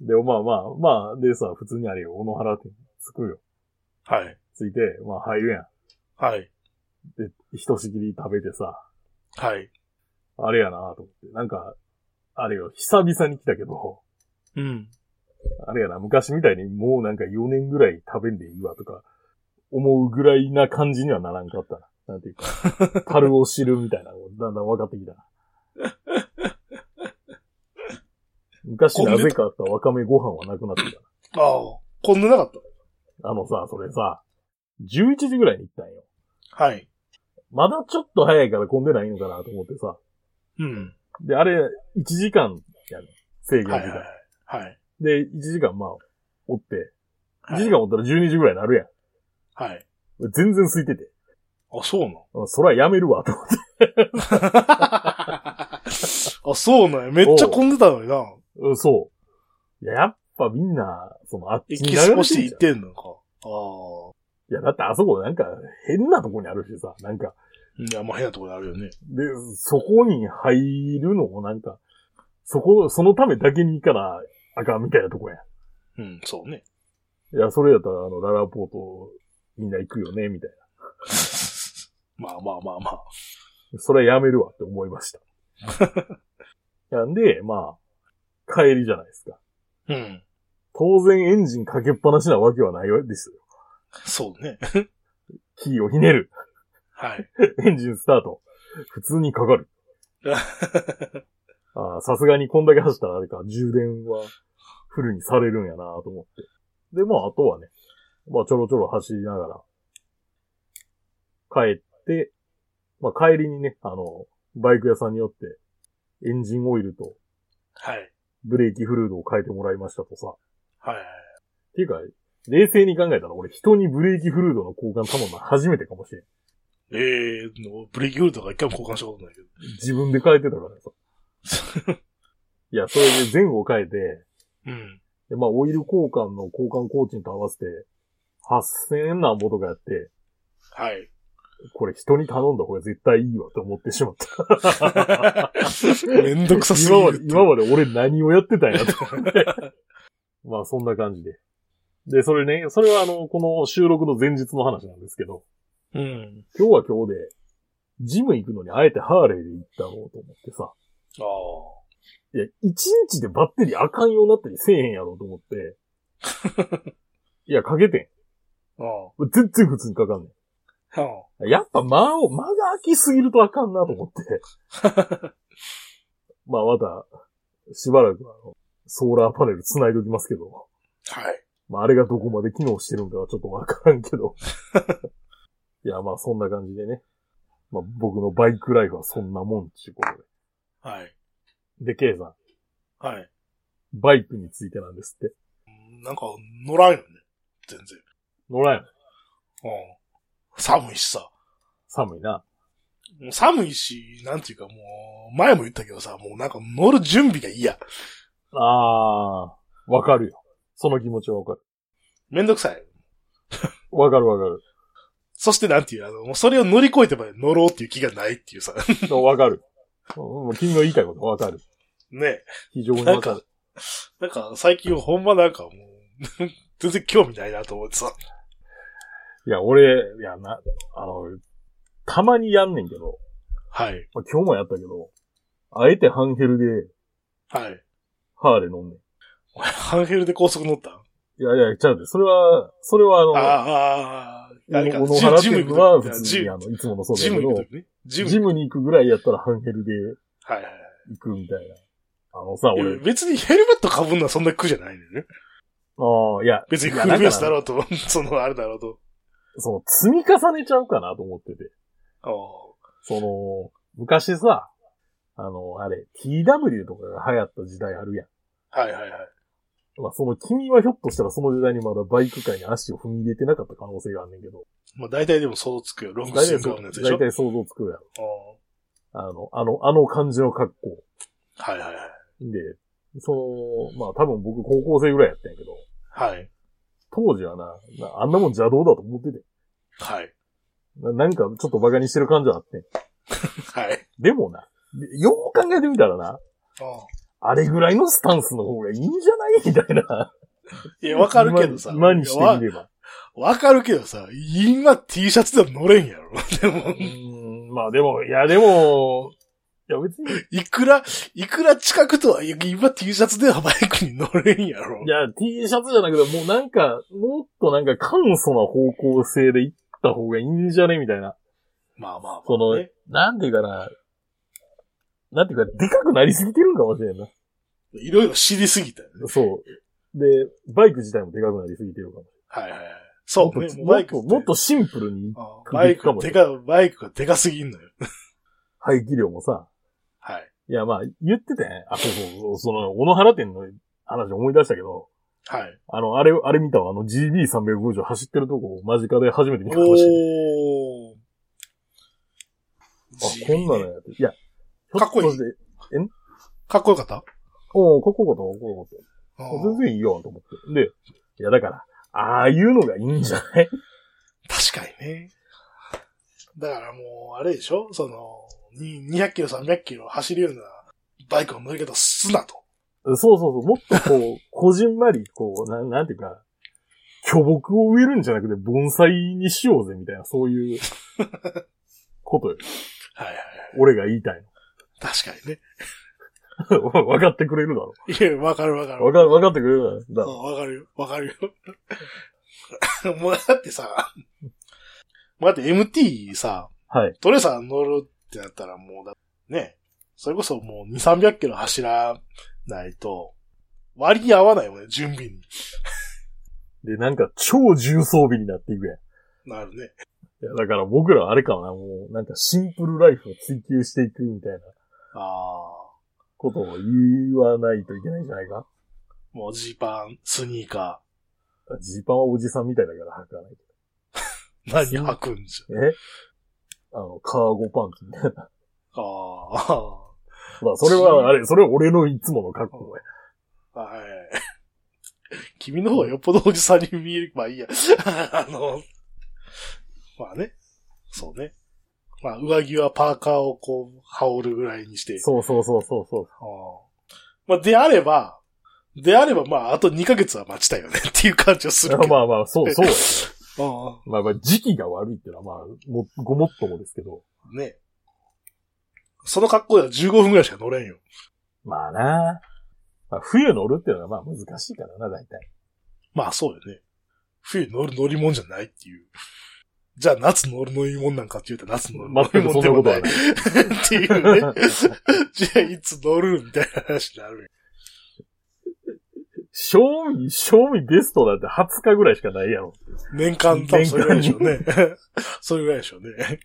A: で、まあまあ、まあ、でさ、普通にあれよ、小野原ってつくよ。
B: はい。
A: ついて、まあ入るやん。
B: はい。
A: で、ひとしきり食べてさ、
B: はい。
A: あれやなと思って。なんか、あれよ、久々に来たけど、
B: うん。
A: あれやな、昔みたいにもうなんか4年ぐらい食べんでいいわとか、思うぐらいな感じにはならんかったな。なんていうか、樽を知るみたいなのをだんだん分かってきたな。昔なぜかあったわかめご飯はなくなってきた
B: ああ、こんななかっ
A: な。あのさ、それさ、11時ぐらいに行ったんよ。
B: た。はい。
A: まだちょっと早いから混んでないのかなと思ってさ。
B: うん。
A: で、あれ、1時間やね制限時間。
B: はいはいはい。はい。
A: で、1時間まあ、おって、1
B: はい
A: 時間おったら12時ぐらいになるやん。
B: はい。
A: 全然空いてて。
B: あ、そうなん。
A: あそらやめるわ、と思って。
B: あ、そうなんや。めっちゃ混んでたのにな。
A: うんそう。いや、やっぱみんな、その、あっち
B: 行
A: に
B: き
A: 流れて
B: 過
A: ん
B: ご
A: じ
B: し
A: ゃん
B: て行ってんのか。あ
A: いや、だってあそこなんか、変なとこにあるしさ、なんか、
B: あ。いや、まあ変なところあるよ
A: で、
B: ね。
A: そこに入るのもなんか、そこ、そのためだけに行かな、あかんみたいなとこや
B: うん、そうね。
A: ん。いや、それやったら、あの、ララポート、みんな行くよね、みたい
B: [laughs] まあまあまあまあ。
A: な。それはやめるわって思いました。
B: [laughs]
A: なんで、まあ、帰りじゃないですか。
B: うん。
A: 当然エンジンかけっぱなしなわけはないわけですよ。
B: そうね。
A: キーをひねる。
B: はい。
A: エンジンスタート。普通にかかる。あーさすがにこんだけ走ったらあれか、充電はフルにされるんやなと思って。で、まああとはね、まあちょろちょろ走りながら、帰って、まあ帰りにね、あの、バイク屋さんによって、エンジンオイルと
B: はい。
A: ブレーキフルードを変えてもらいましたとさ。
B: はい。
A: っていうか、冷静に考えたら俺人にブレーキフルードの交換頼むの初めてかもしれん。
B: えー、のブレーキフルとか一回も交換したことないけど。
A: 自分で変えてたからさ。いや、それで前後変えて、
B: うん。
A: でまあ、オイル交換の交換工賃と合わせて、8000円なんぼとかやって、
B: はい。
A: これ人に頼んだ方が絶対いいわと思ってしまった。
B: めんどくさすぎ
A: 今まで
B: る、。
A: 今まで俺何をやってたんやと [laughs] 思って。まあ、そんな感じで。で、それね、それはあの、この収録の前日の話なんですけど、
B: うん。
A: 今日は今日で、ジム行くのにあえてハーレーで行ったろうと思ってさ、
B: あ
A: い
B: あ。
A: や、一日でバッテリーあかんようになったりせえへんやろうと思って。いや、かけて
B: ああ
A: ん。全然普通にかかんね
B: あ
A: ん。やっぱ間を、間が空きすぎるとあかんなと思って。まあまた、しばらくあの、ソーラーパネル繋いでおきますけど。
B: あ。はい。
A: まああれがどこまで機能してるんかはちょっとわからんけど。いや、まあそんな感じでね。まあ僕のバイクライフはそんなもんちゅうこと
B: はい。
A: で。で、ケイさん、
B: はい。
A: バイクについてなんですって。
B: なんか、乗らんよね。全然。
A: 乗らんよ。
B: うん。寒いしさ。
A: 寒いな。
B: もう寒いし、なんていうかもう、前も言ったけどさ、もうなんか乗る準備が嫌。
A: あー、わかるよ。その気持ちはわかる。
B: めんどくさい。
A: わかるわかる
B: そしてなんていう、あの、もうそれを乗り越えてまで乗ろうっていう気がないっていうさ。 [laughs] ね。
A: でもわかる。 [laughs] うん君の言いたいことわかる。
B: え。
A: 非常に
B: な
A: わ
B: ん
A: か
B: か
A: る。、
B: なんか最近ほんまなんかもう、 [laughs] 全然興味ないなと思ってさ。
A: いや、俺、いや、な、あの、たまにやんねんけど、
B: はい。
A: まあ、今日もやったけど、あえてハンヘルで
B: はい。
A: ハーレー飲んねん。
B: お前ハンヘルで高速乗った
A: いやいや、ちゃうで、それは、それはあの、
B: ああ、あれか
A: 小野原
B: ジム
A: 店
B: 行
A: の
B: く
A: は
B: とき
A: 普通
B: ジ
A: に
B: ム
A: あの、いつものそうだ
B: ジ
A: け
B: ム行くと
A: ど、
B: きね。ジム。
A: ジムに行くぐらいやったらハンヘルで
B: はいはいはい。
A: 行くみたいな。あのさ、
B: い
A: 俺
B: や、別にヘルメット被るのはそんな苦じゃないんだよね。
A: ああ、いや、
B: 別に
A: い
B: フ
A: や
B: ルベース
A: だ
B: だ
A: から
B: ろうと、そのあれだろうと。
A: その、積み重ねちゃうかなと思ってて。
B: ああ
A: その、昔さ、あの、あれ、TW とかが流行った時代あるや
B: はいはいはい。
A: ん。まあ、その君はひょっとしたらその時代にまだバイク界に足を踏み入れてなかった可能性があんねんけど。
B: まあ大体でも想像つくよ。ロング
A: 大
B: スイ
A: 体
B: ング
A: そう
B: アップのやつでし
A: 大
B: ょ。
A: 体想像つくやろ。
B: あ
A: あの、あの、あの感じの格好。
B: あはいはいはい。
A: で、その、まあ多分僕高校生ぐらいやったんやけど、
B: はい。
A: 当時はな、なあんなもん邪道だと思ってて。
B: はい。
A: ななんかちょっと馬鹿にしてる感じはあってん。
B: はい。
A: でもな、よう考えてみたらな、あれぐらいのスタンスの方がいいんじゃないみたいな。
B: いや、わかるけ
A: [laughs]
B: どさ。
A: 今今にしてみれば。
B: わわかるけどさ、今 T シャツでは乗れんやろ。 [laughs] でも、
A: うんまあでも、いやでも、いや別に、
B: いくら、いくら近くとは、いや今 T シャツではバイクに乗れんやろ
A: い。や T シャツじゃなくて、もうなんか、もっとなんか簡素な方向性で行った方がいいんじゃねみたいな。
B: まあまあまあ、ね。
A: その、
B: い
A: なんていうかな、なんていうか、でかくなりすぎてるんかもしれんな。
B: ろいろ知りすぎたよね。
A: そう。で、バイク自体もでかくなりすぎてるかも。
B: はいはいはい。そう、
A: もっ
B: ね
A: と
B: バイク
A: もっ
B: っ
A: てともっとシンプルに、
B: あ
A: 首
B: バイク
A: か
B: が
A: も
B: でか、バイクがでかすぎんのよ。
A: 排気量もさ、
B: はい。
A: いやまあ、言ってたね。あ、そうそうそう、その、小野原店の話思い出したけど、
B: はい。
A: あの、あれ、あれ見たわ。あの GB350 走ってるとこを間近で初めて見たかもしれない。
B: おー。
A: あ、こんなのやって。いや、
B: かっこい
A: ひ
B: い
A: ょとして
B: かっこよかった
A: おおかっこよかった、かっこよかった。
B: あ
A: 全
B: ー
A: 然いいよ、と思って。で、いやだから、ああいうのがいいんじゃない
B: 確かにね。だからもう、あれでしょその、に200キロ、300キロ走るようなバイクを乗り方すなと。
A: そうそうそう、もっとこう、 [laughs] こじんまり、こう、なん、なんていうか、巨木を植えるんじゃなくて盆栽にしようぜ、みたいな、そういうことよ。
B: はいはいはい。
A: 俺が言いたい
B: 確かにね。
A: の。 [laughs] わかってくれるだろ。
B: いや、わかるわかる。
A: わか、わかってくれるだ
B: うん
A: ろ。
B: わかるよ。わかるよ。 [laughs] もうだってさ、もうだって MT さ、
A: はい。
B: トレーサー乗るってなったらもうだ、ね、それこそもう2、300キロ走らないと、割に合わないよね、準備に
A: で、なんか超重装備になっていくやん。
B: なるね。
A: いや、だから僕らはあれかもな、もう、なんかシンプルライフを追求していくみたいな
B: ああ。
A: ことを言わないといけないんじゃないか
B: もうジーパン、スニーカ
A: ジーパンはおじさんみたいだから履かない
B: ー、何履くんじ
A: と。えあの、カーゴパンツみたいな。
B: ゃ。あ
A: まあ、それは、あれ、それは俺のいつもの格好や。
B: あ。はい。君の方がよっぽどおじさんに見える。まあいいや。 [laughs] あの、まあね。そうね。まあ上着はパーカーをこう、羽織るぐらいにして。
A: そうそうそうそうそう。
B: ああまあ、であれば、であれば、まあ、あと2ヶ月は待ちたいよね [laughs] っていう感じはするけど。
A: まあまあ、そう、そうやね。
B: あ
A: まあまあ、時期が悪いってのは、まあ、も、ごもっともですけど。
B: あね。その格好では15分ぐらいしか乗れんよ。
A: まあなまあ、冬乗るってのはまあ難しいからな、大体。
B: まあ、そうよね。冬乗る乗り物じゃないっていう。じゃあ、夏乗る乗り物なんかって言うと夏乗る乗り
A: 全くそ
B: 物
A: んなことは
B: で
A: ない。
B: もないっていうね。 [laughs] じゃあ、いつ乗るみたいな話になるよ。
A: 賞味、賞味ベストだって20日ぐらいしかないやろ。
B: 年間多分それぐらいでしょうね。それぐらいでしょうね。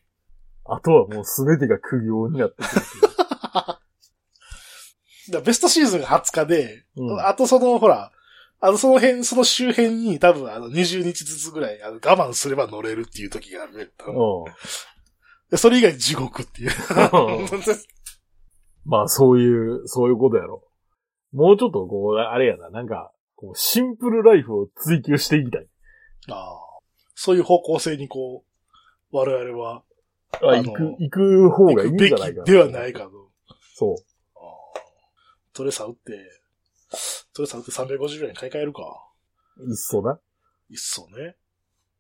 A: あとはもう全てが苦行になってくる。
B: だからベストシーズンが20日で、
A: うん
B: あとその、ほら、あの、その辺、その周辺に多分あの、20日ずつぐらい、あの、我慢すれば乗れるっていう時があるね。多分
A: うん。
B: でそれ以外地獄っていう。 [laughs]
A: まあそういう、そういうことやろ。もうちょっとこう、あれやな、なんか、こうシンプルライフを追求していきたい。
B: あーそういう方向性にこう、我々は、
A: あ、
B: あの
A: 行く、行く方がいいんじゃないか
B: 行
A: な。
B: くべきではない。かと。
A: そう。
B: あートレサ打って、トレサ打って350ぐらいに買い替えるか。
A: いっそな。
B: いっそね。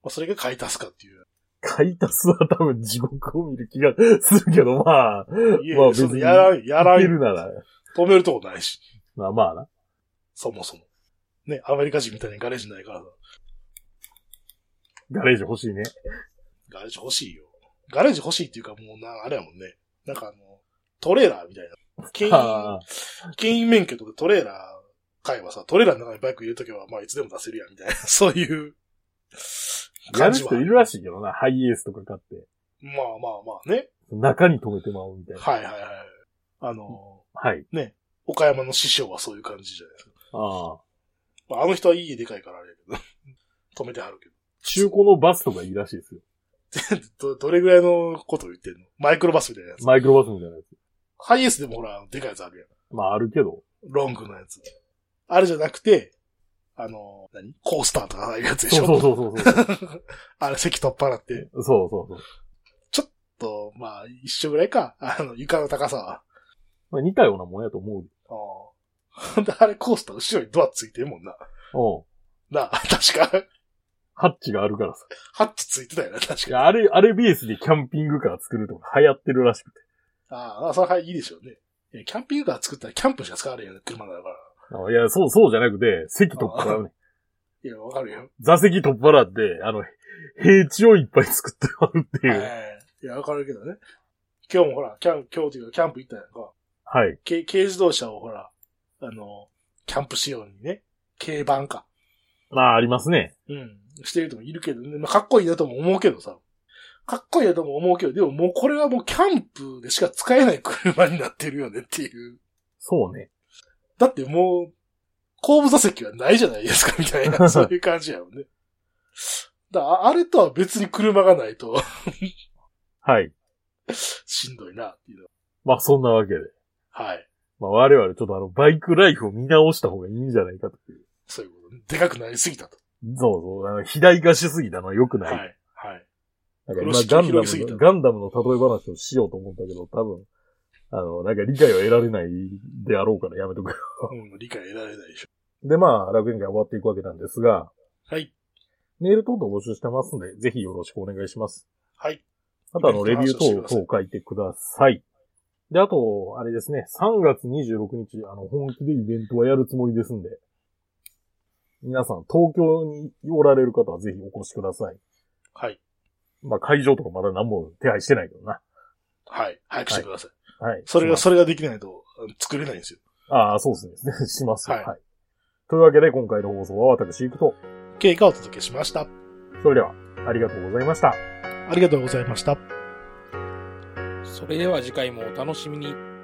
B: まあ、それが買い足すかっていう。
A: 買い足すは多分地獄を見る気がするけど、まあ、
B: いや
A: まあ
B: いや、そのやらん、やら
A: い
B: ん
A: け
B: よ。
A: るなら、
B: 止めるとこないし。
A: まあまあな。
B: そもそも。ね、アメリカ人みたいにガレージないからさ。
A: ガレージ欲しいね。
B: ガレージ欲しいよ。ガレージ欲しいっていうかもうな、あれやもんね。なんかあの、トレーラーみたいな。牽
A: あ
B: 引、牽引免許とかトレーラー買えばさ、トレーラーの中にバイク入れとけば、まあいつでも出せるやんみたいな、そういう
A: あ、や
B: 感
A: る
B: じは
A: 人。いるらしいけどな、ハイエースとか買って。
B: まあまあまあね。
A: 中に止めてまおうみたいな。
B: はいはいはい。あの、
A: はい。
B: 岡山の師匠はそういう感じじゃないですか。
A: ああ。
B: まあ、あの人は家でかいからあれやけど、 [laughs] 止めてはるけ
A: 中古のバスとかいいらしいですよ。
B: ど。 [laughs] ど、どれぐらいのことを言ってんのマイクロバスみたいなやつ。
A: マイクロバスみたいなやつ。
B: ハイエースでもほら、でかいやつあるやん。
A: まああるけど。
B: ロングのやつ。あれじゃなくて、あの、何コースターと [laughs] かああいうやつでし
A: そ
B: ょ
A: うそうそうそうそう。
B: あれ席取っ払って、
A: そうそうそう。
B: ちょっと、まあ、一緒ぐらいか。あの、床の高さは。
A: まあ似たようなもんやと思う。
B: ああ。で、あれコー [laughs] スター後ろにドアついてるもんな。
A: うん。
B: なあ、確か。
A: ハッチがあるからさ。
B: ハッチついてたよな、確
A: い
B: か。
A: や、あれ、あれベースでキャンピングカー作るとか流行ってるらしくて。
B: ああ、それはいいでしょうね。いやキャンピングカー作ったらキャンプしか使われへんよね、車だから。
A: あいや、そう、そうじゃなくて、席取っ払うね。
B: いや、わかるよ。
A: 座席取っ払って、あの、平地をいっぱい作ってあるっていう。
B: はい。いや、わかるけどね。今日もほら、キャン、今日というか、キャンプ行ったやんか。
A: はい。
B: 軽軽自動車をほら、あの、キャンプ仕様にね、軽バンか。
A: まあ、ありますね。
B: うん。してる人もいるけどね。まあ、かっこいいなとも思うけどさ。かっこいいなとも思うけど、でももうこれはもうキャンプでしか使えない車になってるよねっていう。
A: そうね。
B: だってもう、後部座席はないじゃないですかみたい
A: [laughs]
B: な、そういう感じやもんね。だからああれとは別に車がないと [laughs]
A: はい。
B: しんどいなっていうの
A: まあ、そんなわけで。
B: は。はい。
A: まあ、我々ちょっとあの、バイクライフを見直した方がいいんじゃないかという。
B: そういうことね。でかくなりすぎたと。
A: そうそう。あの、肥大化しすぎたのは良く
B: は
A: ないい。。
B: はい。
A: なんか今
B: 風呂敷
A: ガンダ
B: 広げすぎ
A: ム
B: た
A: の、ガンダムの例え話をしようと思ったけど、多分、あの、なんか理解は得られないであろうからやめとく。
B: うん、理解得られないでしょ。
A: で、まあ、楽園会終わっていくわけなんです
B: [laughs]
A: が、
B: はい。
A: メール等々募集してますんで、ぜひよろしくお願いします。
B: はい。
A: あと、あの、
B: イベ
A: レ
B: ン
A: ビ
B: トの
A: ュ
B: 話
A: ー
B: をしてく
A: 等
B: だ
A: 々
B: さい
A: 書いてください。で、あと、あれですね、3月26日、あの、本気でイベントはやるつもりですんで、皆さん、東京におられる方はぜひお越しください。
B: はい。
A: まあ、会場とかまだ何も手配してないけどな。
B: はい。早くしてください。
A: はい。
B: それが、
A: し
B: それができないと、うん作れないんですよ。
A: ますああ、そうですね。し [laughs] ますよ、
B: はい
A: はい。というわけで、今回の放送は私行くと、
B: 経過をお届けしました。
A: それでは、ありがとうございました。
B: ありがとうございました。
C: それでは次回もお楽しみに。